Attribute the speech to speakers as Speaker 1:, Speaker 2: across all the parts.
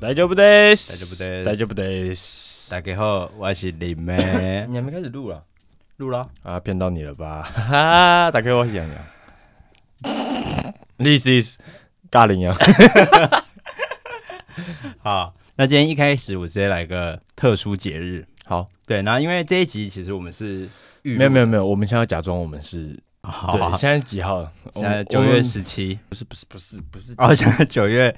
Speaker 1: 大丈夫です大丈夫です。，
Speaker 2: 大家好，我是林妹
Speaker 1: 你还没开始 录了
Speaker 2: 录了。
Speaker 1: 啊？骗到你了吧？ 哈哈，打开我想想。This is 啊尬羚羊。
Speaker 2: 好，那今天一开始我直接来个特殊节日。
Speaker 1: 好，
Speaker 2: 对，然后因为这一集其实我们是预录
Speaker 1: 没有没有没有，我们现在要假装我们是。
Speaker 2: 好
Speaker 1: 对
Speaker 2: 好，
Speaker 1: 现在几号？
Speaker 2: 现在
Speaker 1: 我
Speaker 2: 九
Speaker 1: 们
Speaker 2: 月，十七，
Speaker 1: 不是不是不是不是。
Speaker 2: 哦，现在九月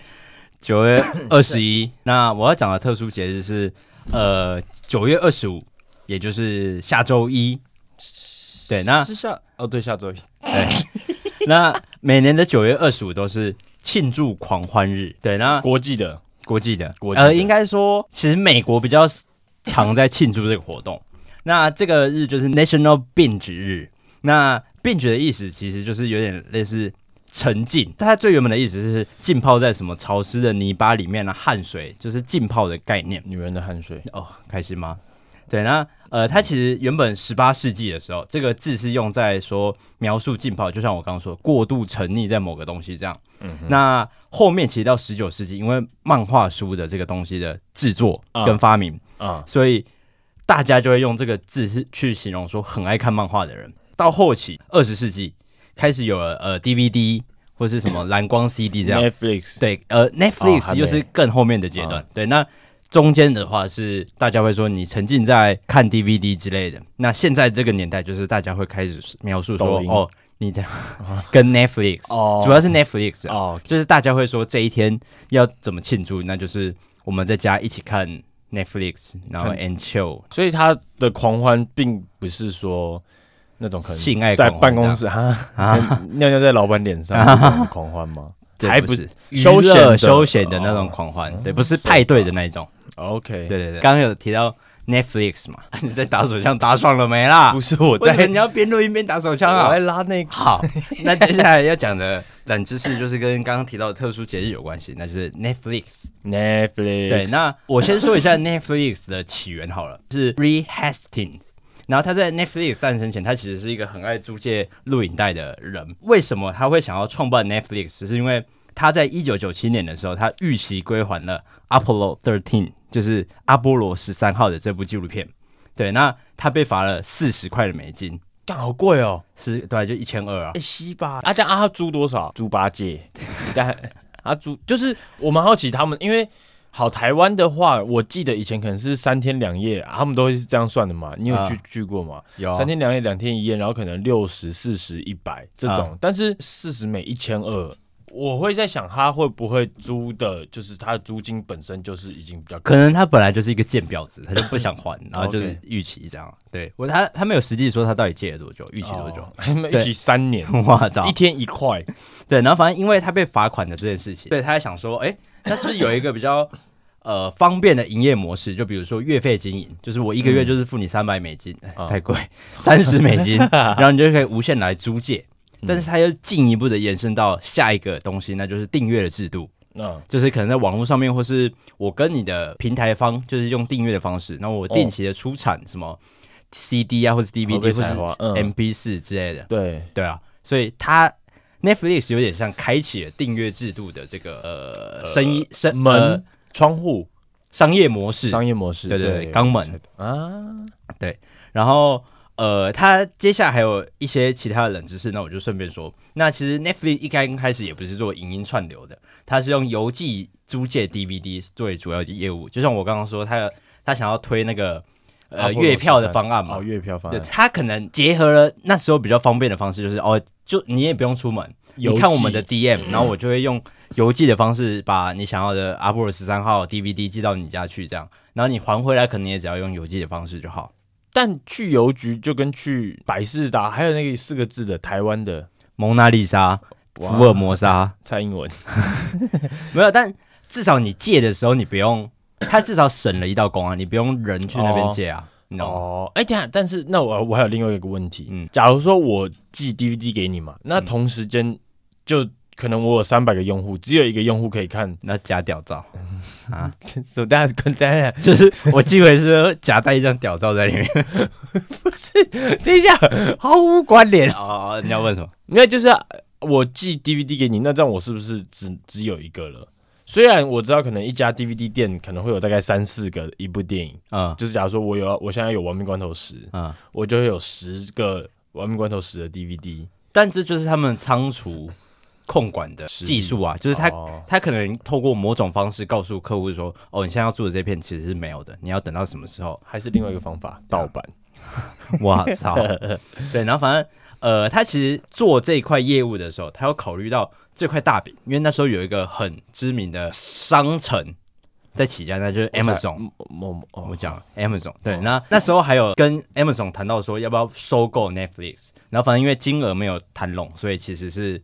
Speaker 2: 九 月二十一。那我要讲的特殊节日是呃九月二十五，也就是下周 一。对，那
Speaker 1: 是下哦，对，下周一。
Speaker 2: 那每年的九月二十五都是庆祝狂欢日。对，那
Speaker 1: 国际的
Speaker 2: 国际的，
Speaker 1: 国际的
Speaker 2: 呃，应该说，其实美国比较常在庆祝这个活动。 那这个日就是 National Binge 日。那 binge 的意思其实就是有点类似沉浸，它最原本的意思是浸泡在什么潮湿的泥巴里面的汗水，就是浸泡的概念。
Speaker 1: 女人的汗水，
Speaker 2: 哦，开心吗？对，那呃，它其实原本十八世纪的时候，这个字是用在说描述浸泡，就像我刚刚说，过度沉溺在某个东西这样。嗯、那后面其实到十九世纪，因为漫画书的这个东西的制作跟发明，
Speaker 1: 啊，
Speaker 2: 所以大家就会用这个字是去形容说很爱看漫画的人。到后期二十世纪开始有了呃 DVD 或是什么蓝光 CD 这样
Speaker 1: Netflix
Speaker 2: 对，呃
Speaker 1: 哦还
Speaker 2: ，Netflix
Speaker 1: 没嗯
Speaker 2: 又是更后面的阶段。对，那中间的话是大家会说你沉浸在看 DVD 之类的。那现在这个年代，就是大家会开始描述说
Speaker 1: 抖，音
Speaker 2: 哦，你这样 跟 Netflix，、
Speaker 1: 哦
Speaker 2: 主要是 Netflix 啊，
Speaker 1: 哦，
Speaker 2: 就是大家会说这一天要怎么庆祝，那就是我们在家一起看 Netflix，然后
Speaker 1: 看
Speaker 2: and chill。
Speaker 1: 所以他的狂欢并不是说那种可能
Speaker 2: 性爱
Speaker 1: 在
Speaker 2: 狂欢
Speaker 1: 办公室啊
Speaker 2: 啊
Speaker 1: 尿尿在老板脸上那种狂欢吗？
Speaker 2: 对
Speaker 1: 还
Speaker 2: 不
Speaker 1: 不是
Speaker 2: 娱
Speaker 1: 休闲
Speaker 2: 乐
Speaker 1: 的哦
Speaker 2: 休闲的那种狂欢，对，不是派对的那一种。
Speaker 1: OK，
Speaker 2: 对对对，刚刚有提到 Netflix 嘛， 你在打手枪打爽了没啦？
Speaker 1: 不是我
Speaker 2: 为什么
Speaker 1: 在
Speaker 2: 你，要边录音边打手枪
Speaker 1: 我
Speaker 2: 啊
Speaker 1: 在？拉那个
Speaker 2: 好，那接下来要讲的冷知识就是跟刚刚提到的特殊节日有关系，那就是 Netflix。
Speaker 1: Netflix。
Speaker 2: 对，那我先说一下 Netflix 的起源好了，是 Re Hastings。然后他在 Netflix 诞生前，他其实是一个很爱租借录影带的人。为什么他会想要创办 Netflix？是因为他在一九九七年的时候，他预期归还了 Apollo Thirteen，就是阿波罗十三号的这部纪录片。对，那他被罚了四十块的美金，
Speaker 1: 干好贵哦，
Speaker 2: 是对，就一千二啊
Speaker 1: 哎。西吧。啊，但啊，他租多少？租八戒。 但啊租就是我蛮好奇他们，因为好台湾的话，我记得以前可能是三天两夜，啊他们都会是这样算的嘛。你有
Speaker 2: 啊
Speaker 1: 去去过吗？
Speaker 2: 有
Speaker 1: 三天两夜，两天一夜，然后可能六十、四十、一百这种，但是四十每一千二，我会在想他会不会租的，就是他的租金本身就是已经比较高
Speaker 2: 可能他本来就是一个贱婊子，他就不想 还，然后就
Speaker 1: OK
Speaker 2: 是逾期这样。对我他他没有实际说他到底借了多久，逾期多久
Speaker 1: 哦，，他们 一起三年，
Speaker 2: 我操
Speaker 1: 一！天一块，
Speaker 2: 对，然后反正因为他被罚款的这件事情，对，他还想说，哎，那是不是有一个比较呃方便的营业模式？就比如说月费经营，就是我一
Speaker 1: 嗯
Speaker 2: 个月就是付你三百美金，哎太贵，三十美 金，然后你就可以无限来租借。
Speaker 1: 嗯
Speaker 2: 但是他又进一步的延伸到下一个东西，那就是订阅的制度。
Speaker 1: 嗯，
Speaker 2: 就是可能在网络上面，或是我跟你的平台方，就是用订阅的方式，那我定
Speaker 1: 哦
Speaker 2: 期的出产什么 CD 啊，或是 DVD
Speaker 1: 我被采花
Speaker 2: 或
Speaker 1: 嗯
Speaker 2: 是 MP 四之类的，
Speaker 1: 对，
Speaker 2: 对啊，所以它 Netflix 有点像开启了订阅制度的这个呃生意生呃
Speaker 1: 门、窗户、
Speaker 2: 商业模式，
Speaker 1: 商业模式，
Speaker 2: 对对对
Speaker 1: 对，
Speaker 2: 肛门
Speaker 1: 我猜的啊，
Speaker 2: 然后呃，它接下来还有一些其他的冷知识，那我就顺便说。那其实 Netflix 一刚开始也不是做影音串流的，它是用邮寄租借 DVD 作为主要的业务。就像我刚刚说，它它想要推那个呃月票的方案嘛
Speaker 1: 哦，，月票方
Speaker 2: 对，
Speaker 1: 案，
Speaker 2: 它可能结合了那时候比较方便的方式，就是哦，就你也不用出门，
Speaker 1: 邮
Speaker 2: 你
Speaker 1: 寄
Speaker 2: 看我们的
Speaker 1: 嗯
Speaker 2: DM，然后我就会用邮寄的方式把你想要的阿波罗十三号 DVD 寄到你家去，这样，然后你还回来，可能也只要用邮寄的方式就好。
Speaker 1: 但去邮局就跟去百事达，还有那个四个字的台湾的
Speaker 2: 蒙娜丽莎、
Speaker 1: 哇
Speaker 2: 福尔摩沙，
Speaker 1: 蔡英文，
Speaker 2: 没有，但至少你借的时候你不用，他至少省了一道工啊，你不用人去那边借啊，你懂 吗？
Speaker 1: 哦，哎，等一下，但是那我我还有另外一个问题，
Speaker 2: 嗯
Speaker 1: 假如说我寄 DVD 给你嘛，那同时间就可能我有三百个用户，只有一个用户可以看，
Speaker 2: 那假屌照，
Speaker 1: 所以大家跟大家
Speaker 2: 就是我寄回是夹带一张屌照在 里面。
Speaker 1: 等一下毫无关联，
Speaker 2: 哦，哦你要问什么？
Speaker 1: 那就是呃我寄 DVD 给你，那这样我是不是只只有一个了？虽然我知道可能一家 DVD 店可能会有大概三四个一部电影，
Speaker 2: 嗯
Speaker 1: 就是假如说我有我现在有《亡命关头十》，
Speaker 2: 嗯，
Speaker 1: 我就会有十个《亡命关头十》的 DVD。
Speaker 2: 但这就是他们仓储控管的技术啊，就是他、
Speaker 1: 哦
Speaker 2: 他可能透过某种方式告诉客户说，哦，你现在要做的这片其实是没有的，你要等到什么时候？
Speaker 1: 还是另外一个方
Speaker 2: 嗯
Speaker 1: 法，盗版。
Speaker 2: 我操！对，然后反正呃，他其实做这一块业务的时候，他有考虑到这块大饼，因为那时候有一个很知名的商城在起家，那就是嗯 Amazon。
Speaker 1: 某哦
Speaker 2: 我讲 Amazon，对，那那时候还有跟 Amazon 谈到说要不要收购 Netflix，然后反正因为金额没有谈拢，所以其实是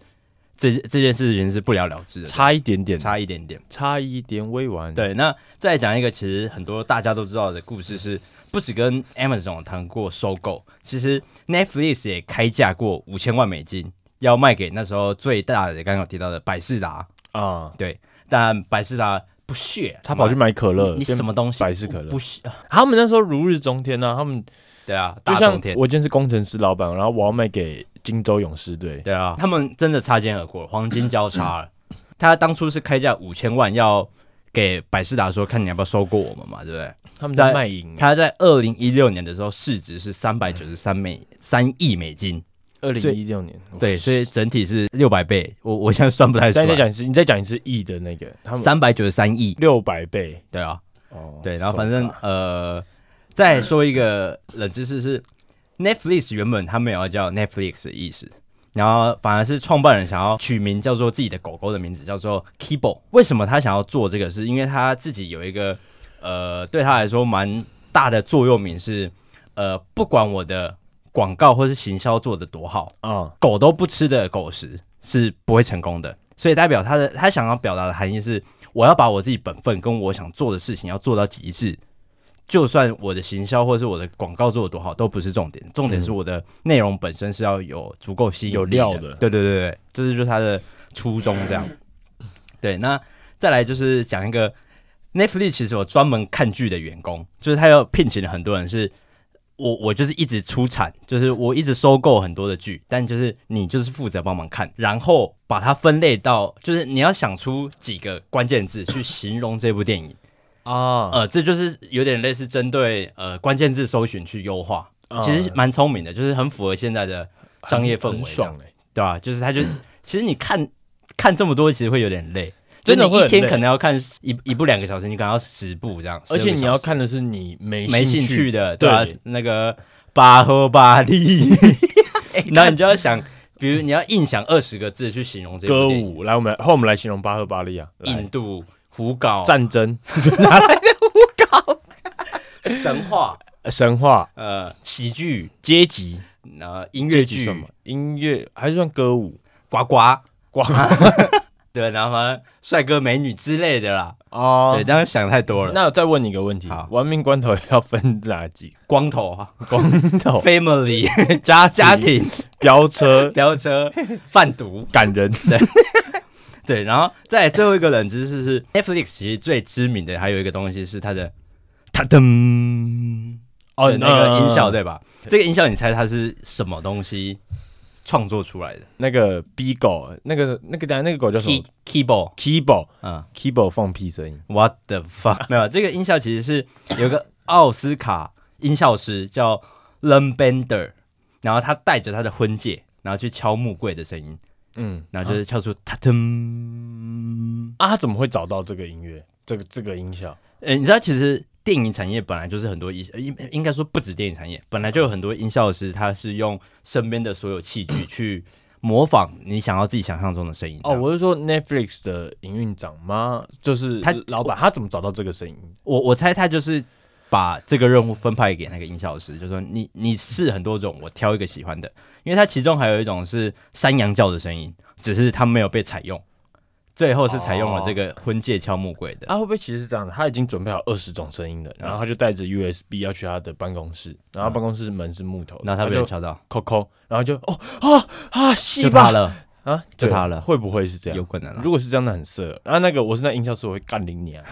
Speaker 2: 这这件事情是不了了之的，
Speaker 1: 差一点点，
Speaker 2: 差一点点。
Speaker 1: 差一点未完。，
Speaker 2: 对，那再讲一个，其实很多大家都知道的故事是，不止跟 Amazon 谈过收购，其实 Netflix 也开价过五千万美金，要卖给那时候最大的，刚刚有提到的百事达。
Speaker 1: 啊，
Speaker 2: 对，但百事达不屑，
Speaker 1: 他跑去买可乐，
Speaker 2: 你什么东西
Speaker 1: 百事可乐
Speaker 2: 不。屑？
Speaker 1: 他们那时候如日中天呢、啊，他们
Speaker 2: 对啊，
Speaker 1: 就
Speaker 2: 大
Speaker 1: 像
Speaker 2: 冬天。
Speaker 1: 我今天是工程师老板，然后我要卖给荆州勇士队，
Speaker 2: 对啊，他们真的擦肩而过，黄金交叉了。他当初是开价五千万要给百事达说，看你要不要收购我们嘛，对不对？
Speaker 1: 他们在卖淫。
Speaker 2: 他在二零一六年的时候，市值是三百九十三美三亿美金，
Speaker 1: 二零一六年，
Speaker 2: 对，所以整体是六百倍。我我现在算不太出
Speaker 1: 再再
Speaker 2: 来，
Speaker 1: 讲一次，你再讲一次亿的那个，他们
Speaker 2: 三百九十三亿，
Speaker 1: 六百倍
Speaker 2: 对啊，
Speaker 1: 哦。
Speaker 2: 对。然后
Speaker 1: so
Speaker 2: 反正
Speaker 1: god
Speaker 2: 呃，再说一个冷知识是，Netflix 原本它没有要叫 Netflix 的意思，然后反而是创办人想要取名叫做自己的狗狗的名字叫做 Kibo。为什么他想要做这个是？因为他自己有一个呃，对他来说蛮大的座右铭是，呃，不管我的广告或是行销做的多好，
Speaker 1: 啊，
Speaker 2: 狗都不吃的狗食是不会成功的，所以代表他的他想要表达的含义是，我要把我自己本分跟我想做的事情要做到极致，就算我的行销或是我的广告做的多好，都不是重点，重点是我的内容本身是要有足够吸引
Speaker 1: 嗯有
Speaker 2: 力
Speaker 1: 料
Speaker 2: 的
Speaker 1: 的，
Speaker 2: 对对对对，这是就是他的初衷这样。
Speaker 1: 嗯
Speaker 2: 对，那再来就是讲一个 Netflix 其实有专门看剧的员工，就是他要聘请了很多人是。我我就是一直出产，就是我一直收购很多的剧，但就是你就是负责帮忙看，然后把它分类到，就是你要想出几个关键字去形容这部电影，
Speaker 1: 啊，
Speaker 2: 呃，这就是有点类似针对呃关键字搜寻去优化，
Speaker 1: 嗯
Speaker 2: 其实蛮聪明的，就是很符合现在的商业氛围
Speaker 1: 很
Speaker 2: 这
Speaker 1: 爽，
Speaker 2: 样
Speaker 1: 哎，
Speaker 2: 对吧、就 是它就其实你看看这么多，其实会有点累，
Speaker 1: 真的
Speaker 2: 就你一
Speaker 1: 会很
Speaker 2: 天
Speaker 1: 累
Speaker 2: 可能要看一一部两个小时，你可能要十部这样，
Speaker 1: 而且
Speaker 2: 15
Speaker 1: 你要
Speaker 2: 小时
Speaker 1: 看的是你没
Speaker 2: 没兴
Speaker 1: 兴
Speaker 2: 趣的，对
Speaker 1: 对啊
Speaker 2: 吧、那个巴赫巴 利，然后你就要想，比如你要硬想二十个字去形容这部
Speaker 1: 歌
Speaker 2: 电影，
Speaker 1: 舞。来，我们后我们来形容巴赫巴利亚
Speaker 2: 印度胡搞
Speaker 1: 战争、
Speaker 2: 神话，
Speaker 1: 神话、
Speaker 2: 呃，喜剧，
Speaker 1: 阶级、
Speaker 2: 呃，音乐
Speaker 1: 阶级
Speaker 2: 剧
Speaker 1: 算，吗音乐还是算歌舞
Speaker 2: 呱呱，
Speaker 1: 呱
Speaker 2: 对，然后反正帅哥美女之类的啦，
Speaker 1: 哦
Speaker 2: 对，。这样想太多了。
Speaker 1: 那我再问你一个问题
Speaker 2: 好：
Speaker 1: 亡命关头要分哪几个
Speaker 2: 光头啊
Speaker 1: 光头？
Speaker 2: ，family
Speaker 1: 家
Speaker 2: 家庭、
Speaker 1: 飙 车、
Speaker 2: 飙车、贩毒，
Speaker 1: 感人
Speaker 2: 对，然后再来最后一个冷知识是 Netflix 其实最知名的还有一个东西是它的它的
Speaker 1: 哦
Speaker 2: 那个音效
Speaker 1: 的
Speaker 2: 对吧？这个音效你猜它是什么东西创作出来的
Speaker 1: 那个 B 狗，那个那个等下那个狗叫什么
Speaker 2: ？Key keyboard，
Speaker 1: ？Keyboard
Speaker 2: 嗯
Speaker 1: Keyboard 放屁声音
Speaker 2: ，What the fuck？没有，这个音效其实是有个奥斯卡音效师叫 Len Bender，然后他带着他的婚戒，然后去敲木柜的声音，
Speaker 1: 嗯
Speaker 2: 然后就是敲出它的。
Speaker 1: 啊，他怎么会找到这个音乐？这个这个音效
Speaker 2: 呃，你知道其实电影产业本来就是很多音，呃应应该说不止电影产业，本来就有很多音效师，他是用身边的所有器具去模仿你想要自己想象中的声音。
Speaker 1: 哦，我是说 Netflix 的营运长吗？就是
Speaker 2: 他
Speaker 1: 老板，他怎么找到这个声音？
Speaker 2: 我我猜他就是把这个任务分派给那个音效师，就说你你试很多种，我挑一个喜欢的，因为它其中还有一种是山羊叫的声音，只是它没有被采用，最后是采用了这个婚戒敲木柜的。
Speaker 1: 啊，会不会其实是这样的？他已经准备好二十种声音了，然后他就带着 USB 要去他的办公室，然后办公室门是木头的，
Speaker 2: 然后他被
Speaker 1: 就
Speaker 2: 敲到，
Speaker 1: 扣扣，然后就哦啊啊，戏
Speaker 2: 就他
Speaker 1: 吧
Speaker 2: 了，
Speaker 1: 啊，
Speaker 2: 就
Speaker 1: 对
Speaker 2: 他了
Speaker 1: 会不会是这
Speaker 2: 有
Speaker 1: 样？
Speaker 2: 可能了。
Speaker 1: 如果是这样，那很色。然后那个我是那音效师，我会干你 你啊，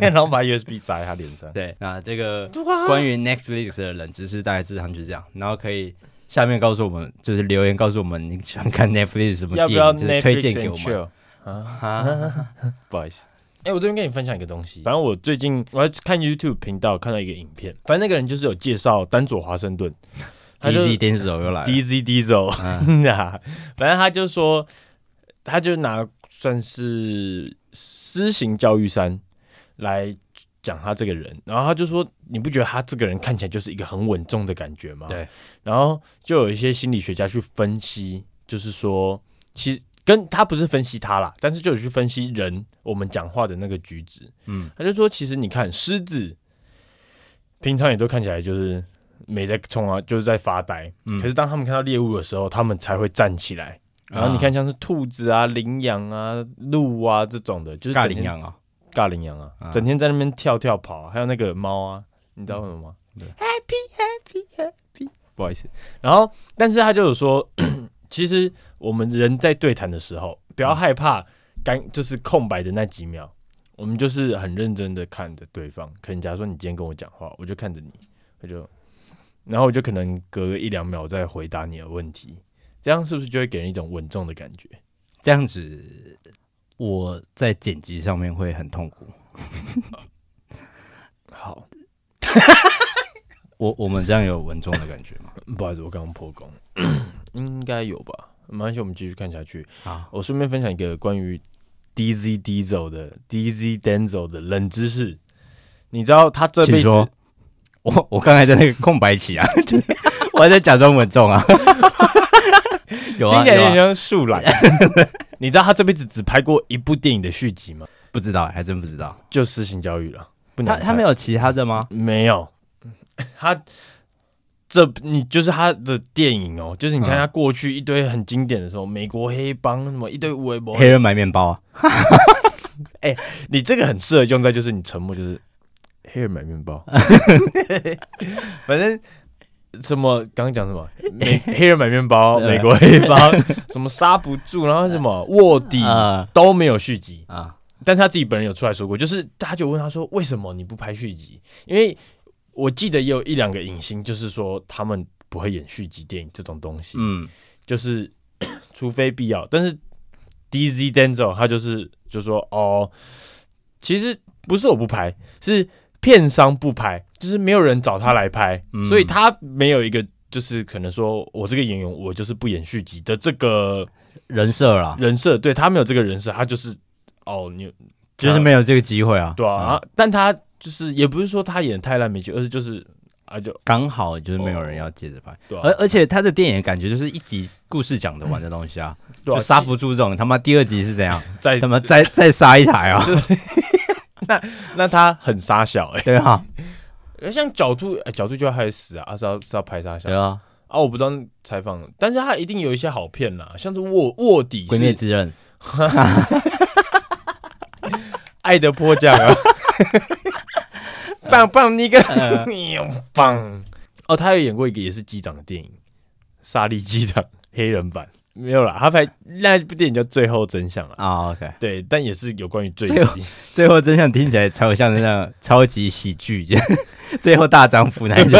Speaker 1: 然后把 USB 砸在他脸上。
Speaker 2: 对，那这个
Speaker 1: 哇
Speaker 2: 关于 Netflix 的冷知识大概至上就是这样，然后可以下面告诉我们，就是留言告诉我们你想看 Netflix 什 么
Speaker 1: 要不
Speaker 2: 电影，
Speaker 1: 要
Speaker 2: 就是推
Speaker 1: Netflix
Speaker 2: 荐给
Speaker 1: and
Speaker 2: 我们。
Speaker 1: chill？
Speaker 2: 哈
Speaker 1: 不好意思，哎、我这边跟你分享一个东西，反正我最近我还看 YouTube 频道看到一个影片，反正那个人就是有介绍丹佐华 盛顿，他就
Speaker 2: DZ 电视手又来了
Speaker 1: DZ Diesel，、反 正他就说，他就拿算是私刑教育三来讲他这个人，然后他就说，你不觉得他这个人看起来就是一个很稳重的感觉吗？
Speaker 2: 对，
Speaker 1: 然后就有一些心理学家去分析，就是说，其实跟他不是分析他啦，但是就有去分析人我们讲话的那个举止。
Speaker 2: 嗯，
Speaker 1: 他就说，其实你看狮子，平常也都看起来就是没在冲啊，就是在发呆。
Speaker 2: 嗯
Speaker 1: 可是当他们看到猎物的时候，他们才会站起来。然后你看，像是兔子啊、羚羊啊、鹿啊这种的，就是
Speaker 2: 尬
Speaker 1: 整天
Speaker 2: 羚、羊啊，
Speaker 1: 尬羚羊啊，
Speaker 2: 啊
Speaker 1: 整天在那边跳跳跑啊，还有那个猫啊，你知道为什么吗、
Speaker 2: 对
Speaker 1: h a p p y Happy Happy，不好意思。然后，但是他就有说，嗯其实我们人在对谈的时候，不要害怕干，就是空白的那几秒，我们就是很认真的看着对方。可能假如说你今天跟我讲话，我就看着你，我就，然后我就可能隔个一两秒再回答你的问题，这样是不是就会给人一种稳重的感觉？
Speaker 2: 这样子我在剪辑上面会很痛苦。
Speaker 1: 好，
Speaker 2: 我我们这样有稳重的感觉吗？
Speaker 1: 不好意思，我刚刚破 功，应该有吧？没关系，我们继续看下去。
Speaker 2: 好，
Speaker 1: 我顺便分享一个关于 DZ Diesel 的 DZ Denzel 的冷知识。你知道他 这
Speaker 2: 请
Speaker 1: 辈子
Speaker 2: 说。我我刚才在那个空白期啊， 就是我还在假装稳重啊。 有
Speaker 1: 听
Speaker 2: 啊，
Speaker 1: 起来有点
Speaker 2: 有啊，
Speaker 1: 像树懒。 你知道他这辈子只拍过一部电影的续集吗？
Speaker 2: 不知道，还真不知道。
Speaker 1: 就《私刑教育》了。不
Speaker 2: 他
Speaker 1: 难
Speaker 2: 他没
Speaker 1: 有
Speaker 2: 有其他的吗？
Speaker 1: 没有， 他这你就是他的电影哦，就是你看
Speaker 2: 嗯
Speaker 1: 他过去一堆很经典的时候，美国黑帮什么一堆无为博
Speaker 2: 黑人买面包啊，
Speaker 1: 你这个很适合用在就是你沉默就是黑人买面 包，反正什么刚刚讲什么 美黑人买面包，
Speaker 2: 对啊
Speaker 1: 美国黑帮 什么刹不住，然后什么卧底
Speaker 2: 啊
Speaker 1: 都没有续集，
Speaker 2: 啊，
Speaker 1: 但是他自己本人有出来说过，就是大家就问他说为什么你不拍续集？因为我记得也有一两个影星就是说他们不会演续集电影这种东西，
Speaker 2: 嗯，
Speaker 1: 就是 除非必要，但是 DZ Denzel 他就是就说哦，其实不是我不拍，是片商不拍，就是没有人找他来拍，
Speaker 2: 嗯
Speaker 1: 所以他没有一个就是可能说我这个演员我就是不演续集的这个
Speaker 2: 人设啦，
Speaker 1: 人设，对他没有这个人设，他就是哦你
Speaker 2: 就是没有这个机会啊。
Speaker 1: 对啊，但他就是也不是说他演得太烂没剧，而是就是啊就
Speaker 2: 刚好就是没有人要接着拍，
Speaker 1: 对啊
Speaker 2: 而而且他的电影感觉就是一集故事讲得完的东西啊，
Speaker 1: 对啊哎
Speaker 2: 就刹不住这种他妈第二集 是怎样，
Speaker 1: 在
Speaker 2: 怎么再再杀一台啊？
Speaker 1: 那他很傻小哎、
Speaker 2: 对啊，
Speaker 1: 欸，像狡兔，欸狡兔就要害死啊，啊是要是要拍傻小
Speaker 2: 对。啊，
Speaker 1: 啊，我不知道采访，但是他一定有一些好片啦，像是卧卧底
Speaker 2: 《鬼灭
Speaker 1: 是
Speaker 2: 之刃》
Speaker 1: 爱的迫降啊，棒棒 你个棒呃哦，他有演过一个也是机长的电影，《沙利机长》黑人版没有啦，他拍那部电影叫《最后真相》啦，
Speaker 2: 啊，OK，
Speaker 1: 对，但也是有关于坠
Speaker 2: 最后
Speaker 1: 机，
Speaker 2: 最后真相听起来超像那种超级喜剧， 就最后大丈夫那 一种，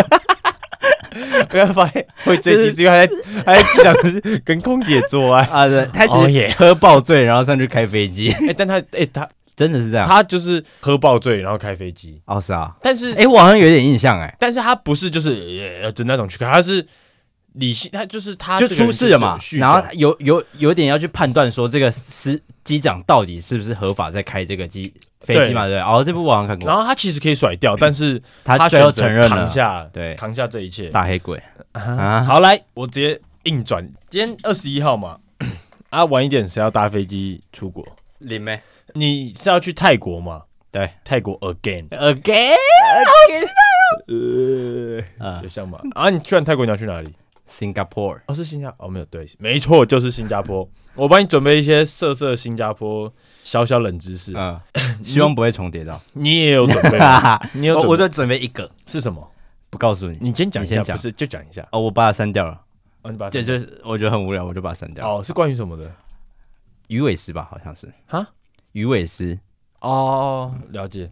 Speaker 1: 不要发现会坠机是因为他在他在机长室跟空姐做爱，
Speaker 2: 啊，对，他
Speaker 1: 哦
Speaker 2: 其
Speaker 1: 耶
Speaker 2: 实喝爆醉，然后上去开飞 机，
Speaker 1: 哎、但他哎、他
Speaker 2: 真的是这样。
Speaker 1: 他就是喝爆醉然后开飞机，
Speaker 2: 哦，是啊，
Speaker 1: 但是
Speaker 2: 哎、我好像有点印象，哎，
Speaker 1: 但是他不是就是呃的那种去看，他是理性，他就是他
Speaker 2: 就
Speaker 1: 这个人
Speaker 2: 出事了
Speaker 1: 就是
Speaker 2: 嘛
Speaker 1: 有酗，
Speaker 2: 然后
Speaker 1: 酒
Speaker 2: 有有有点要去判断说这个司机长到底是不是合法在开这个机飞机嘛，对不对？哦，这部我好像看过，
Speaker 1: 然后他其实可以甩掉，但是
Speaker 2: 他最
Speaker 1: 选
Speaker 2: 后
Speaker 1: 择
Speaker 2: 承认
Speaker 1: 扛
Speaker 2: 了，
Speaker 1: 下
Speaker 2: 对
Speaker 1: 扛下这一切。
Speaker 2: 大黑鬼啊，
Speaker 1: 好，来我直接硬转，今天二十一号 嘛，啊晚一点谁要搭飞机出国？
Speaker 2: 林妹
Speaker 1: 你是要去泰国吗？
Speaker 2: 对
Speaker 1: 泰国 again，
Speaker 2: ，again，
Speaker 1: 呃，
Speaker 2: 嗯
Speaker 1: 有像 吗？啊，你去完泰国你要去哪里？
Speaker 2: ，Singapore，
Speaker 1: 哦，是新加哦，没有对，没错，就是新加 坡。我帮你准备一些色色新加坡小小冷知识，
Speaker 2: 嗯，希望不会重叠到，
Speaker 1: 你也有准备
Speaker 2: 哈
Speaker 1: 吗？
Speaker 2: 哈，
Speaker 1: 你 有
Speaker 2: 我
Speaker 1: 准
Speaker 2: 我
Speaker 1: 备
Speaker 2: 再准备一个，
Speaker 1: 是什么？
Speaker 2: 不告诉你，
Speaker 1: 你先讲一
Speaker 2: 你
Speaker 1: 下，
Speaker 2: 先讲
Speaker 1: 不是就讲一下。
Speaker 2: 哦，我把它删掉了，
Speaker 1: 哦，你把它
Speaker 2: 这就是我觉得很无聊，我就把它删掉了。
Speaker 1: 哦，是关于什么的？
Speaker 2: 鱼尾狮吧，好像是
Speaker 1: 哈，
Speaker 2: 鱼尾狮，
Speaker 1: 哦，了解，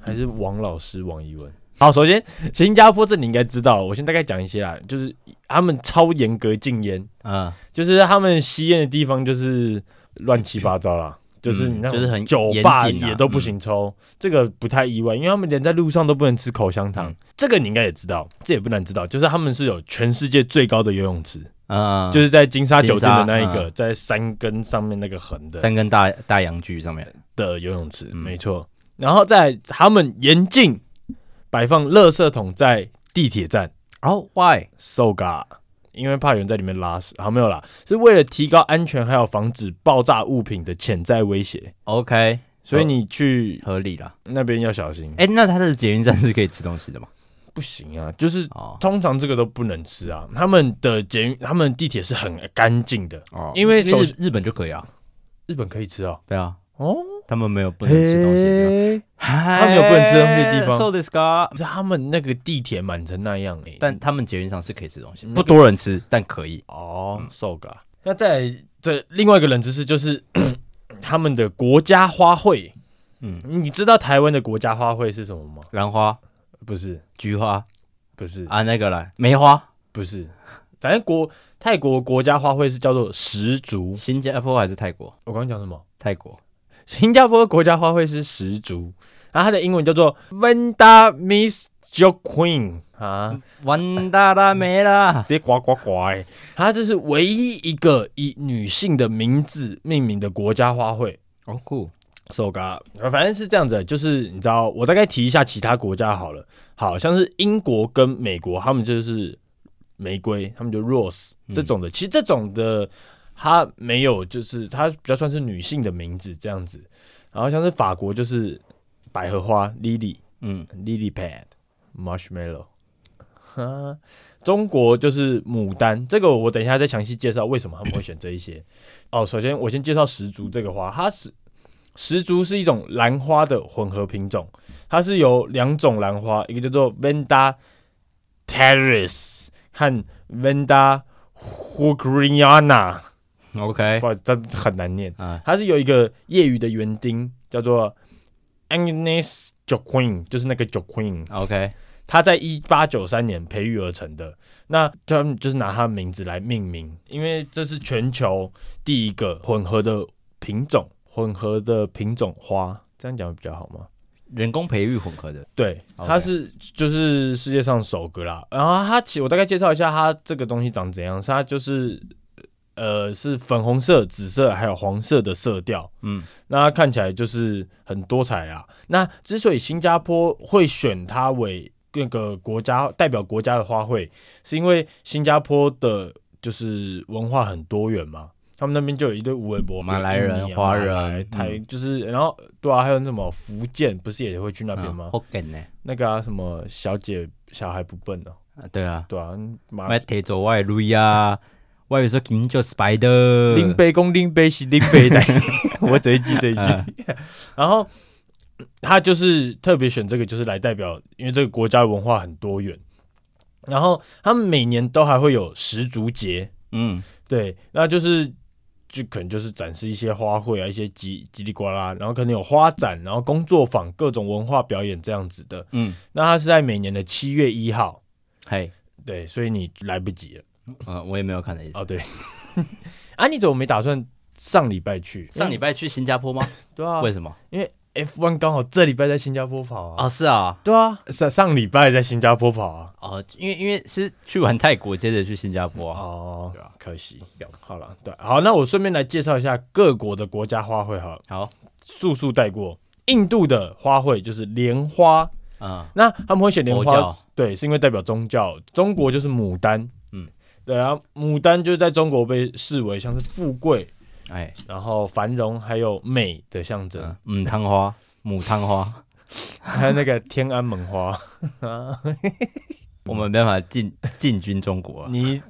Speaker 1: 还是王老师王一文。好，首先新加坡这你应该知道了，我先大概讲一些啦，就是他们超严格禁烟，
Speaker 2: 嗯，
Speaker 1: 就是他们吸烟的地方就是乱七八糟啦，就是你那
Speaker 2: 嗯就是
Speaker 1: 种
Speaker 2: 很
Speaker 1: 酒
Speaker 2: 严
Speaker 1: 吧
Speaker 2: 谨啊
Speaker 1: 也都不行抽，这个不太意外，因为他们连在路上都不能吃口香糖
Speaker 2: 嗯，
Speaker 1: 这个你应该也知道，这也不难知道，就是他们是有全世界最高的游泳池，
Speaker 2: 嗯，
Speaker 1: 就是在金沙
Speaker 2: 金
Speaker 1: 酒店的
Speaker 2: 沙
Speaker 1: 那一个，
Speaker 2: 嗯
Speaker 1: 在山根上面那个横的
Speaker 2: 三根大大洋锯上面，
Speaker 1: 的游泳池，
Speaker 2: 嗯
Speaker 1: 没错。然后在他们严禁摆放垃圾桶在地铁站
Speaker 2: 哦，why？
Speaker 1: ，so ga，因为怕有人在里面拉屎。好，没有啦，是为了提高安全，还有防止爆炸物品的潜在威胁。
Speaker 2: OK，
Speaker 1: 所以你去
Speaker 2: 合理啦。
Speaker 1: 那边要小心。
Speaker 2: 哎、那它的捷运站是可以吃东西的吗？
Speaker 1: 不行啊，就是
Speaker 2: 哦
Speaker 1: 通常这个都不能吃啊。他们的捷运、他们地铁是很干净的，
Speaker 2: 哦，
Speaker 1: 因为
Speaker 2: 因为
Speaker 1: 首
Speaker 2: 日日本就可以啊，
Speaker 1: 日本可以吃哦。
Speaker 2: 对啊，
Speaker 1: 哦，
Speaker 2: 他们没有不能吃东西的地方，
Speaker 1: 嘿
Speaker 2: 他
Speaker 1: 们有不能吃东西的地方
Speaker 2: So this guy，
Speaker 1: 是他们那个地铁满成那样哎、
Speaker 2: 但他们捷运上是可以吃东西，
Speaker 1: 那个
Speaker 2: 不多人吃，但可以。
Speaker 1: 哦，瘦嘎、那再来这另外一个冷知识就是 他们的国家花卉。嗯
Speaker 2: 嗯，
Speaker 1: 你知道台湾的国家花卉是什么吗？
Speaker 2: 兰花、
Speaker 1: 不是，
Speaker 2: 菊花
Speaker 1: 不是，
Speaker 2: 啊，那个啦，梅花，
Speaker 1: 不是，反正国泰国国家花卉是叫做石竹。
Speaker 2: 新加坡还是泰国？
Speaker 1: 我刚刚讲什么？
Speaker 2: 泰国
Speaker 1: 新加坡国家花卉是石竹，然后它的英文叫做 Vanda Miss Joaquin 啊，
Speaker 2: 完大啦没啦
Speaker 1: 直，接呱呱呱哎、欸！它这是唯一一个以女性的名字命名的国家花卉。
Speaker 2: 哦酷，
Speaker 1: So ga，反正是这样子的，就是你知道，我大概提一下其他国家好了，好像是英国跟美国，他们就是玫瑰，他们就 rose
Speaker 2: 嗯
Speaker 1: 这种的。其实这种的，它没有，就是它比较算是女性的名字这样子。然后像是法国就是百合花 lily
Speaker 2: 嗯，
Speaker 1: lily pad marshmallow，哈，中国就是牡丹，这个我等一下再详细介绍为什么他们会选这一些。哦，首先我先介绍石竹这个花，它是石竹是一种兰花的混合品种，它是由两种兰花，一个叫做 Vanda terrace 和 Vanda hugriana。
Speaker 2: OK，
Speaker 1: 不好意思，它很难念
Speaker 2: 啊。
Speaker 1: 它是有一个业余的园丁叫做 Agnes Joaquin，就是那个 Joaquin，
Speaker 2: OK，
Speaker 1: 他在一八九三年培育而成的。那他们就是拿他的名字来命名，因为这是全球第一个混合的品种，混合的品种花，这样讲比较好吗？
Speaker 2: 人工培育混合的，
Speaker 1: 对，
Speaker 2: OK
Speaker 1: 它是就是世界上首个啦。然后它其实我大概介绍一下它这个东西长怎样，是它就是呃是粉红色、紫色还有黄色的色调，
Speaker 2: 嗯
Speaker 1: 那它看起来就是很多彩啦。那之所以新加坡会选它为那个国家代表国家的花卉，是因为新加坡的就是文化很多元嘛。他们那边就有一堆吴文博、
Speaker 2: 马来人
Speaker 1: 印尼啊
Speaker 2: 华人
Speaker 1: 马来台，
Speaker 2: 嗯
Speaker 1: 就是然后对啊，还有那什么福建，不是也会去那边吗？
Speaker 2: ？Hokkien 呢？
Speaker 1: 那个啊，什么小姐小孩不笨哦，
Speaker 2: 啊对啊，
Speaker 1: 对啊，妈
Speaker 2: 买铁走外路啊，外有说金叫 Spider，
Speaker 1: 林北公林北西林北代，呃 我只会记这一
Speaker 2: 啊
Speaker 1: 句。然后他就是特别选这个，就是来代表，因为这个国家文化很多元。然后他们每年都还会有十足节，
Speaker 2: 嗯
Speaker 1: 对，那就是就可能就是展示一些花卉啊，一些叽叽里呱啦，然后可能有花展，然后工作坊、各种文化表演这样子的。
Speaker 2: 嗯，
Speaker 1: 那它是在每年的七月一号，
Speaker 2: 嘿，
Speaker 1: 对，所以你来不及了。
Speaker 2: 呃，我也没有看的意思。
Speaker 1: 哦，对， 啊，你怎么没打算上礼拜去？
Speaker 2: 上礼拜去新加坡吗？
Speaker 1: 对啊
Speaker 2: 为什么？
Speaker 1: ，F1 刚好这礼拜在新加坡跑啊。
Speaker 2: 哦，是啊，
Speaker 1: 对啊，上上礼拜在新加坡跑啊。
Speaker 2: 哦，因为因为是去完泰国，接着去新加坡啊。
Speaker 1: 哦，可惜。好了，对，好，那我顺便来介绍一下各国的国家花卉，好了，
Speaker 2: 好，
Speaker 1: 速速带过。印度的花卉就是莲花，
Speaker 2: 嗯，
Speaker 1: 那他们会选莲
Speaker 2: 佛
Speaker 1: 花
Speaker 2: 教，
Speaker 1: 对，是因为代表宗教。中国就是牡丹，嗯
Speaker 2: 嗯，
Speaker 1: 对啊，牡丹就是在中国被视为像是富贵，
Speaker 2: 哎，
Speaker 1: 然后繁荣还有美的象征。
Speaker 2: 嗯，母汤花，母汤
Speaker 1: 嗯
Speaker 2: 花，
Speaker 1: 还有那个天安门花，
Speaker 2: 我们没办法进进军中国啊了。
Speaker 1: 你，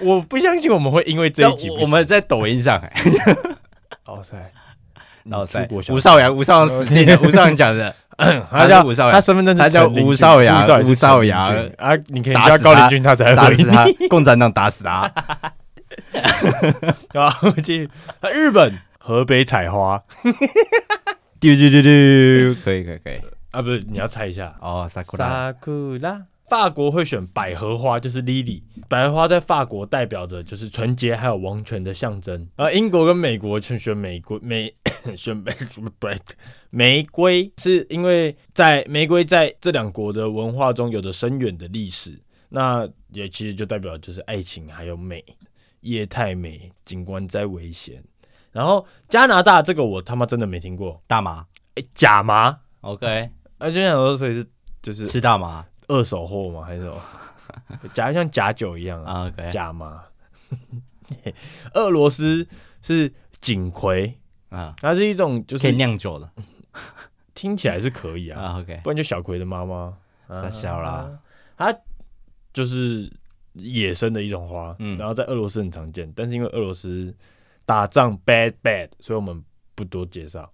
Speaker 1: 我不相信我们会因为 这
Speaker 2: 但
Speaker 1: 一集不
Speaker 2: 我我们在抖音上，哎，
Speaker 1: 哦塞，
Speaker 2: 然后
Speaker 1: 出
Speaker 2: 在
Speaker 1: 国小
Speaker 2: 吴少阳，吴少 阳死定了，吴少阳讲的，
Speaker 1: 他
Speaker 2: 他
Speaker 1: 叫
Speaker 2: 是吴少
Speaker 1: 他
Speaker 2: 阳
Speaker 1: 身份证是
Speaker 2: 他叫
Speaker 1: 陈林
Speaker 2: 吴
Speaker 1: 俊
Speaker 2: 少阳
Speaker 1: 护照也是
Speaker 2: 吴少
Speaker 1: 陈林
Speaker 2: 阳
Speaker 1: 俊啊，你可以
Speaker 2: 打
Speaker 1: 叫
Speaker 2: 死
Speaker 1: 高林
Speaker 2: 他
Speaker 1: 君，他才
Speaker 2: 打
Speaker 1: 会回
Speaker 2: 死
Speaker 1: 你
Speaker 2: 他，共产党打死他。
Speaker 1: 啊。继续，日本河北采花
Speaker 2: 丢丢丢丢，可以可以可以。
Speaker 1: 啊，不是你要猜一下，
Speaker 2: 哦，萨库
Speaker 1: 萨
Speaker 2: 拉，
Speaker 1: 库拉法国会选百合花，就是 lily。百合花在法国代表着就是纯洁还有王权的象征，而英国跟美国 却选玫瑰，美选玫瑰，玫瑰是因为在玫瑰在这两国的文化中有着深远的历史，那也其实就代表就是爱情还有美，夜太美，景观在危险。然后加拿大这个我他妈真的没听过，
Speaker 2: 大麻
Speaker 1: 哎，假麻，
Speaker 2: ，OK，
Speaker 1: 啊，就想说所以是就是
Speaker 2: 吃大麻
Speaker 1: 二手货吗？还是什 么？假像假酒一样啊，
Speaker 2: 啊，OK，
Speaker 1: 假吗？ 俄罗斯是锦葵，
Speaker 2: 啊，
Speaker 1: 它是一种就
Speaker 2: 可以
Speaker 1: 是
Speaker 2: 酿酒的
Speaker 1: 听起来是可以啊，
Speaker 2: 啊，OK，
Speaker 1: 不然就小葵的妈妈，啊
Speaker 2: 傻小啦，
Speaker 1: 它就是野生的一种花，
Speaker 2: 嗯
Speaker 1: 然后在俄罗斯很常见，但是因为俄罗斯打仗 bad bad，所以我们不多介 绍。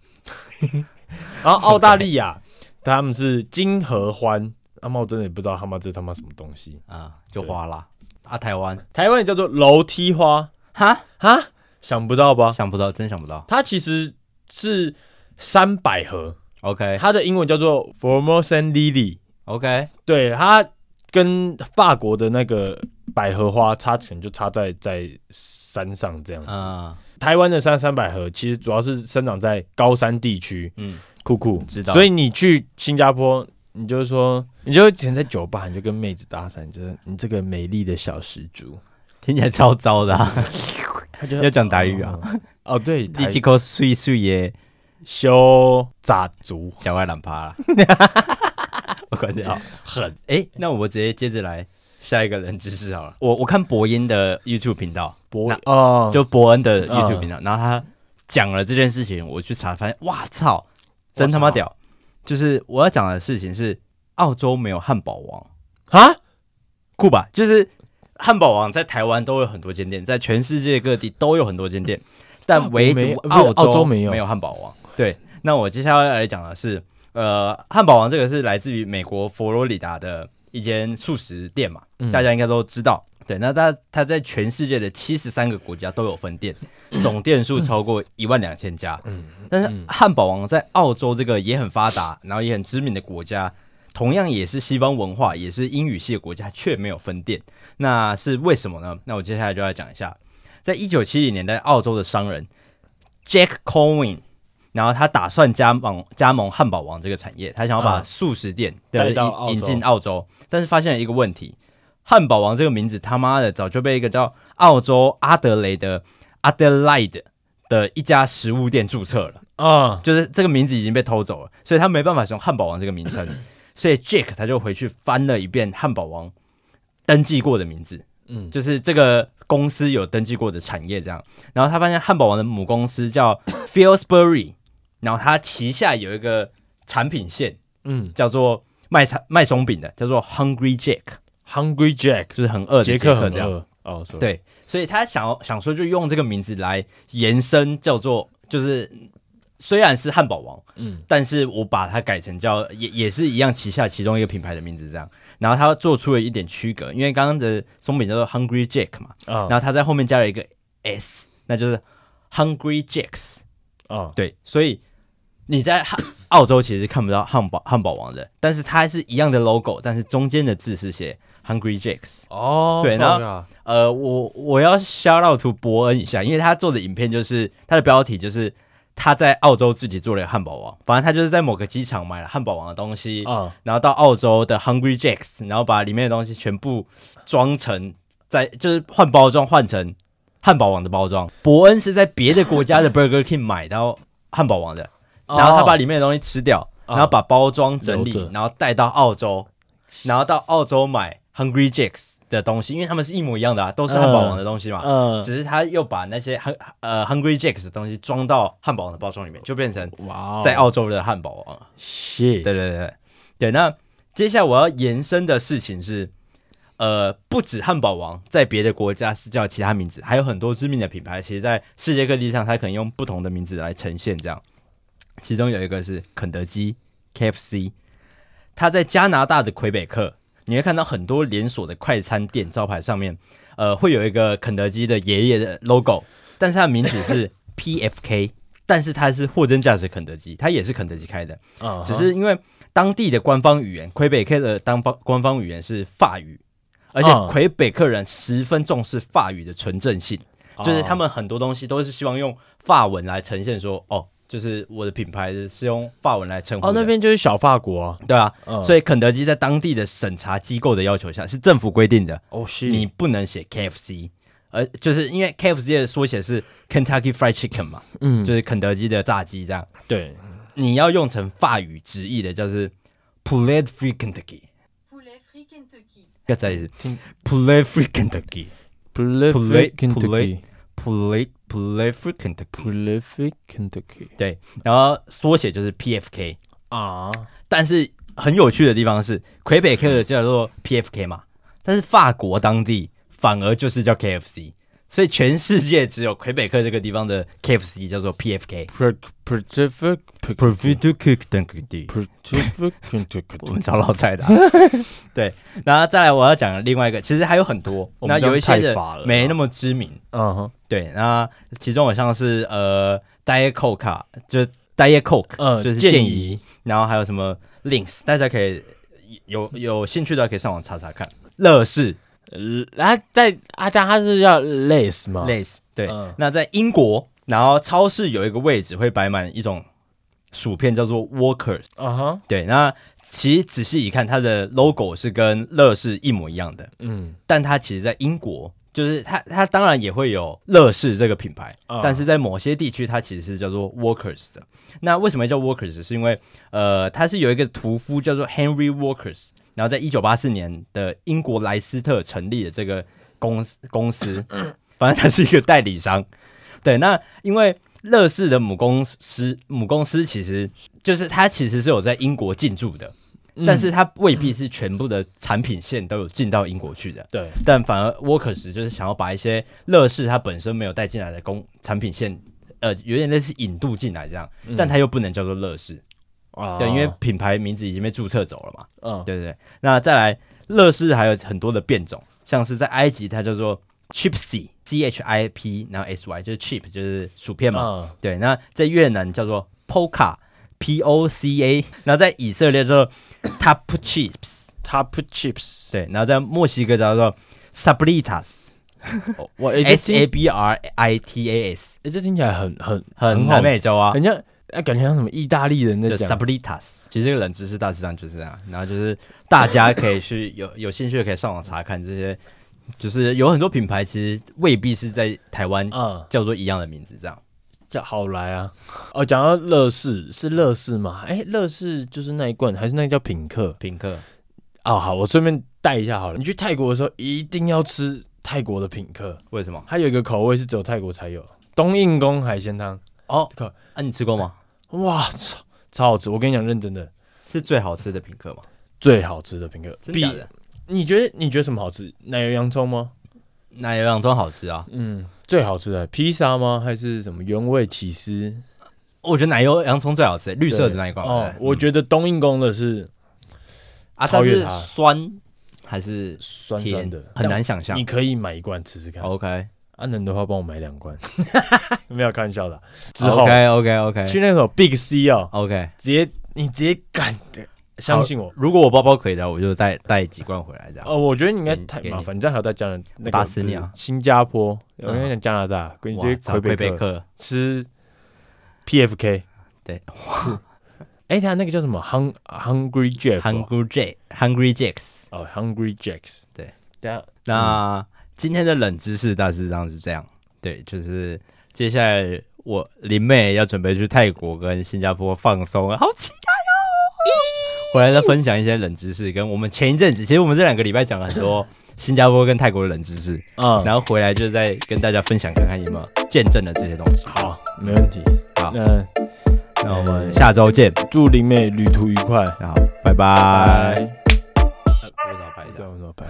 Speaker 1: 然后澳大利亚他们是金合欢，阿茂真的也不知道他妈这他妈什么东西。
Speaker 2: 啊，就花啦。啊，台湾
Speaker 1: 台湾也叫做楼梯花
Speaker 2: 哈，
Speaker 1: 哈，想不到吧？
Speaker 2: 想不到，真想不到。
Speaker 1: 它其实是山百合，
Speaker 2: OK
Speaker 1: 它的英文叫做 Formosan Lily。
Speaker 2: OK，
Speaker 1: 对，它跟法国的那个百合花差可能就差在在山上这样子。
Speaker 2: 嗯
Speaker 1: 台湾的山山百合其实主要是生长在高山地区，
Speaker 2: 嗯，
Speaker 1: 酷酷
Speaker 2: 知道
Speaker 1: 所以你去新加坡。你就是说，你就只能在酒吧，你就跟妹子搭讪，你就是你这个美丽的小石猪，
Speaker 2: 听起来超糟的啊。
Speaker 1: 他就
Speaker 2: 要讲台语啊。
Speaker 1: 哦，对，
Speaker 2: 你
Speaker 1: 台
Speaker 2: 这个碎碎的
Speaker 1: 修咋族
Speaker 2: 小外懒 趴啦，我管你好。
Speaker 1: 很
Speaker 2: 哎，那我直接接着来下一个冷知识好了。我我看博音的 YouTube 频道，
Speaker 1: 博
Speaker 2: 那
Speaker 1: 哦，
Speaker 2: 就伯恩的
Speaker 1: 嗯
Speaker 2: YouTube 频道，然后他讲了这件事情，我去查发现，哇操，真他妈
Speaker 1: 哇操
Speaker 2: 屌！就是我要讲的事情是，澳洲没有汉堡王，
Speaker 1: 啊，
Speaker 2: 酷吧？就是汉堡王在台湾都有很多间店，在全世界各地都有很多 间店，
Speaker 1: 法
Speaker 2: 但
Speaker 1: 国
Speaker 2: 唯
Speaker 1: 没有
Speaker 2: 独
Speaker 1: 不是
Speaker 2: 澳
Speaker 1: 澳洲
Speaker 2: 没
Speaker 1: 没有
Speaker 2: 没有汉堡王。对，那我接下来来讲的是，呃，汉堡王这个是来自于美国佛罗里达的一间素食店嘛，
Speaker 1: 嗯
Speaker 2: 大家应该都知道。对，那它它在全世界的七十三个国家都有 分店，总店数超过一万两千家。嗯，但是汉堡王在澳洲这个也很发达，然后也很知名的国家，同样也是西方文化，也是英语系的国家，却没有分店，那是为什么呢？那我接下来就要讲一下，在一九七零年代，澳洲的商人 Jack Cohen，然后他打算加盟加盟汉堡王这个产业，他想要把
Speaker 1: 嗯
Speaker 2: 素食店
Speaker 1: 带
Speaker 2: 对
Speaker 1: 到
Speaker 2: 引
Speaker 1: 澳洲
Speaker 2: 引进澳洲，但是发现了一个问题，汉堡王这个名字他妈的早就被一个叫澳洲阿德雷德 Adelaide 的一家食物店注册了。
Speaker 1: 啊，
Speaker 2: 就是这个名字已经被偷走了，所以他没办法使用汉堡王这个名称，所以 Jack 他就回去翻了一遍汉堡王登记过的名字，
Speaker 1: 嗯
Speaker 2: 就是这个公司有登记过的产业这样，然后他发现汉堡王的母公司叫 f i l s b u r y 然后它旗下有一个产品线
Speaker 1: 嗯
Speaker 2: 叫做卖产卖松饼的，叫做 Hungry Jack，
Speaker 1: ，Hungry Jack，
Speaker 2: 就是很饿的
Speaker 1: 杰
Speaker 2: 克
Speaker 1: 克很
Speaker 2: 这样。
Speaker 1: 饿哦，sorry，
Speaker 2: 对，所以他想要想说就用这个名字来延伸，叫做就是虽然是汉堡王，
Speaker 1: 嗯，
Speaker 2: 但是我把它改成叫也也是一样旗下其中一个品牌的名字这样。然后他做出了一点区隔，因为刚刚的松饼叫做 Hungry Jack 嘛，
Speaker 1: 啊
Speaker 2: 然后他在后面加了一个 S，那就是 Hungry Jacks。
Speaker 1: 啊，
Speaker 2: 对，所以你在 汉澳洲其实看不到汉堡汉堡王的，但是它是一样的 logo，但是中间的字是写 Hungry Jacks。
Speaker 1: 哦
Speaker 2: 对然后呃，我我要 shout out to 伯恩一下，因为他做的影片就是他的标题就是他在澳洲自己做了汉堡王，反正他就是在某个机场买了汉堡王的东西，
Speaker 1: 啊，
Speaker 2: 然后到澳洲的 Hungry Jacks，然后把里面的东西全部装成在就是换包装换成汉堡王的包装。伯恩是在别的 国家的 Burger King 买到汉堡王的，然后他把里面的东西吃掉，
Speaker 1: 哦
Speaker 2: 然后把包装整
Speaker 1: 留
Speaker 2: 理
Speaker 1: 着，
Speaker 2: 然后带到澳洲，然后到澳洲买 Hungry Jacks 的东西，因为他们是一模一样的啊，都是汉堡王的东西嘛。
Speaker 1: 嗯，
Speaker 2: 只是他又把那些汉呃 Hungry Jacks 的东西装到汉堡王的包装里面，就变成
Speaker 1: 哇哦，
Speaker 2: 在澳洲的汉堡王了。
Speaker 1: 谢，
Speaker 2: 对对对对对。那接下来我要延伸的事情是，呃，不止汉堡王在别的国家是叫其他名字，还有很多知名的品牌，其实在世界各地上，它可能用不同的名字来呈现这样。其中有一个是肯德基 （KFC），它在加拿大的魁北克，你会看到很多连锁的快餐店招牌上面，呃，会有一个肯德基的爷爷的 logo，但是它的名字是 PFK，但是它是货真价实肯德基，它也是肯德基开的。
Speaker 1: 啊，
Speaker 2: 只是因为当地的官方语言，魁北克的当方官方语言是法语，而且
Speaker 1: 嗯
Speaker 2: 魁北克人十分重视法语的纯正性，就是
Speaker 1: 哦
Speaker 2: 他们很多东西都是希望用法文来呈现说，哦，就是我的品牌是用法文来称呼
Speaker 1: 哦，
Speaker 2: 的
Speaker 1: 那边就是小法国啊。
Speaker 2: 对啊，
Speaker 1: 嗯
Speaker 2: 所以肯德基在当地的审查机构的要求下，是政府规定的，
Speaker 1: 哦，是
Speaker 2: 你不能写 KFC，而就是因为 KFC 的缩写是 Kentucky Fried Chicken 嘛，
Speaker 1: 嗯，
Speaker 2: 就是肯德基的炸鸡这样，
Speaker 1: 对，
Speaker 2: 你要用成法语直译的，就是 Poulet Free Kentucky，
Speaker 3: Poulet frit Kentucky.
Speaker 2: 要再一次
Speaker 1: 听
Speaker 2: Poulet Free Kentucky。
Speaker 1: prolific
Speaker 2: Poulet-
Speaker 1: Kentucky,
Speaker 2: Poulet Poulet Free Kentucky，
Speaker 1: prolific Kentucky
Speaker 2: 对，然后缩写就是 PFK，
Speaker 1: 啊，
Speaker 2: 但是很有趣的地方是，魁北克的叫做 PFK 嘛，但是法国当地反而就是叫 KFC，所以全世界只有魁北克这个地方的 KFC 叫做 PFK。
Speaker 1: pro prolific
Speaker 2: Profit Cook 等个地，
Speaker 1: prolific
Speaker 2: 我
Speaker 1: Kentucky，
Speaker 2: 们找老蔡的啊、对，然后再来我要讲另外一个，其实还有很多，
Speaker 1: 我
Speaker 2: 那
Speaker 1: 们
Speaker 2: 有一
Speaker 1: 这样太
Speaker 2: 些人
Speaker 1: 乏了啊
Speaker 2: 没那么知名，
Speaker 1: 嗯哼，
Speaker 2: 对，那其中好像是呃 Diet Coke，啊就是 Diet Coke，、
Speaker 1: 嗯
Speaker 2: 就是
Speaker 1: 健
Speaker 2: 健
Speaker 1: 怡
Speaker 2: 怡，然后还有什么 Links，大家可以有有兴趣的可以上网查查看。乐事
Speaker 1: 呃啊，在啊，但它是叫 lace 吗？
Speaker 2: 类似，对，
Speaker 1: 嗯
Speaker 2: 那在英国，然后超市有一个位置会摆满一种薯片，叫做 Walkers。
Speaker 1: 啊哈，
Speaker 2: 对，那其实仔细一看，它的 logo 是跟乐事一模一样的，
Speaker 1: 嗯，
Speaker 2: 但它其实在英国，就是它它当然也会有乐事这个品牌，
Speaker 1: 啊
Speaker 2: 但是在某些地区它其实是叫做 Workers 的。那为什么叫 Workers？是因为呃，它是有一个屠夫叫做 Henry Workers，然后在一九八四年的英国莱斯特成立的这个公司 公司，反正它是一个代理商。对，那因为乐视的母公司母公司其实就是它其实是有在英国进驻的，但是它未必是全部的产品线都有进到英国去的。
Speaker 1: 对，
Speaker 2: 但反而 Workers 就是想要把一些乐视它本身没有带进来的工产品线，呃，有点类似引渡进来这样，但它又不能叫做乐视，
Speaker 1: 啊
Speaker 2: 对，因为品牌名字已经被注册走了嘛，
Speaker 1: 嗯
Speaker 2: 对对对。那再来，乐视还有很多的变种，像是在埃及它叫做 Chipsy C H I P，然后 S Y 就是 chip 就是薯片嘛，
Speaker 1: 嗯
Speaker 2: 对。那在越南叫做 Poca P O C A，然后在以色列叫做 Top Chips，
Speaker 1: ，top chips，
Speaker 2: 对，然后在墨西哥叫做 Sabritas。
Speaker 1: 哇，哎，这
Speaker 2: S A
Speaker 1: 听
Speaker 2: B R I T A S，
Speaker 1: 哎这听起来很很
Speaker 2: 很
Speaker 1: 好
Speaker 2: 南，美洲啊
Speaker 1: 很，像，哎，感觉像什么意大利人在
Speaker 2: 就
Speaker 1: 讲
Speaker 2: Sabritas。其实这个冷知识大致上就是这样，然后就是大家可以去 有有兴趣的可以上网查看这些，就是有很多品牌其实未必是在台湾
Speaker 1: 啊，
Speaker 2: 叫做一样的名字这样。
Speaker 1: 叫好来啊。哦，讲到乐事是乐事吗？哎，乐事就是那一罐，还是那个叫品客？
Speaker 2: 品客
Speaker 1: 哦，好，我顺便带一下好了。你去泰国的时候一定要吃泰国的品客，
Speaker 2: 为什么？
Speaker 1: 它有一个口味是只有泰国才有，冬印宫海鲜汤。
Speaker 2: 哦
Speaker 1: 靠，
Speaker 2: 啊，你吃过吗？
Speaker 1: 哇，超超好吃！我跟你讲，认真的，
Speaker 2: 是最好吃的品客吗？
Speaker 1: 最好吃的品客，
Speaker 2: 真
Speaker 1: 比
Speaker 2: 假的？
Speaker 1: 你觉得你觉得什么好吃？奶油洋葱吗？
Speaker 2: 奶油洋葱好吃啊！
Speaker 1: 嗯，最好吃的披萨吗？还是什么原味起司？
Speaker 2: 我觉得奶油洋葱最好吃，绿
Speaker 1: 绿
Speaker 2: 色的那一哎罐。
Speaker 1: 哦
Speaker 2: 对，嗯
Speaker 1: 我觉得冬印宫的是
Speaker 2: 啊，它
Speaker 1: 超越
Speaker 2: 是
Speaker 1: 它
Speaker 2: 酸还是
Speaker 1: 酸
Speaker 2: 甜
Speaker 1: 酸的，
Speaker 2: 很难想象哦
Speaker 1: 你。可以买一罐吃吃看。
Speaker 2: OK，
Speaker 1: 阿能的话，帮我买两罐， 没有开玩笑的。之后
Speaker 2: OK OK OK
Speaker 1: 去那种 Big C 哦，
Speaker 2: 哦 OK，
Speaker 1: 直接你直接敢的，相信我
Speaker 2: 好。如果我包包可以的话，我就带带几罐回来这样。
Speaker 1: 哦，我觉得你应该
Speaker 2: 给你
Speaker 1: 太
Speaker 2: 给你
Speaker 1: 麻烦，你这样还要带家人那个
Speaker 2: 打死你啊
Speaker 1: 不是新加坡，我
Speaker 2: 嗯
Speaker 1: 跟你讲加拿大，跟你
Speaker 2: 哇
Speaker 1: 直
Speaker 2: 操
Speaker 1: 接魁北
Speaker 2: 北
Speaker 1: 克
Speaker 2: 克，
Speaker 1: 吃 PFK。
Speaker 2: 对，
Speaker 1: 哎，他那个叫什么？Hung Hungry Jeff 哦
Speaker 2: Hungry Jack Hungry Jacks。
Speaker 1: 哦，Hungry Jacks。
Speaker 2: 对，
Speaker 1: 等下嗯
Speaker 2: 那今天的冷知识大致上是这样，对，就是接下来我林妹要准备去泰国跟新加坡放松了，好期待哦！回来再分享一些冷知识，跟我们前一阵子，其实我们这两个礼拜讲了很多 新加坡跟泰国的冷知识，
Speaker 1: 嗯，
Speaker 2: 然后回来就再跟大家分享看看有没有见证了这些东西。
Speaker 1: 好，没问题。
Speaker 2: 好
Speaker 1: 那
Speaker 2: 那我们下周见，
Speaker 1: 祝林妹旅途愉快。
Speaker 2: 好，拜
Speaker 1: 嗯
Speaker 2: 拜。
Speaker 1: 拜。
Speaker 2: 呃我找拍一下
Speaker 1: 对，。我们怎么办？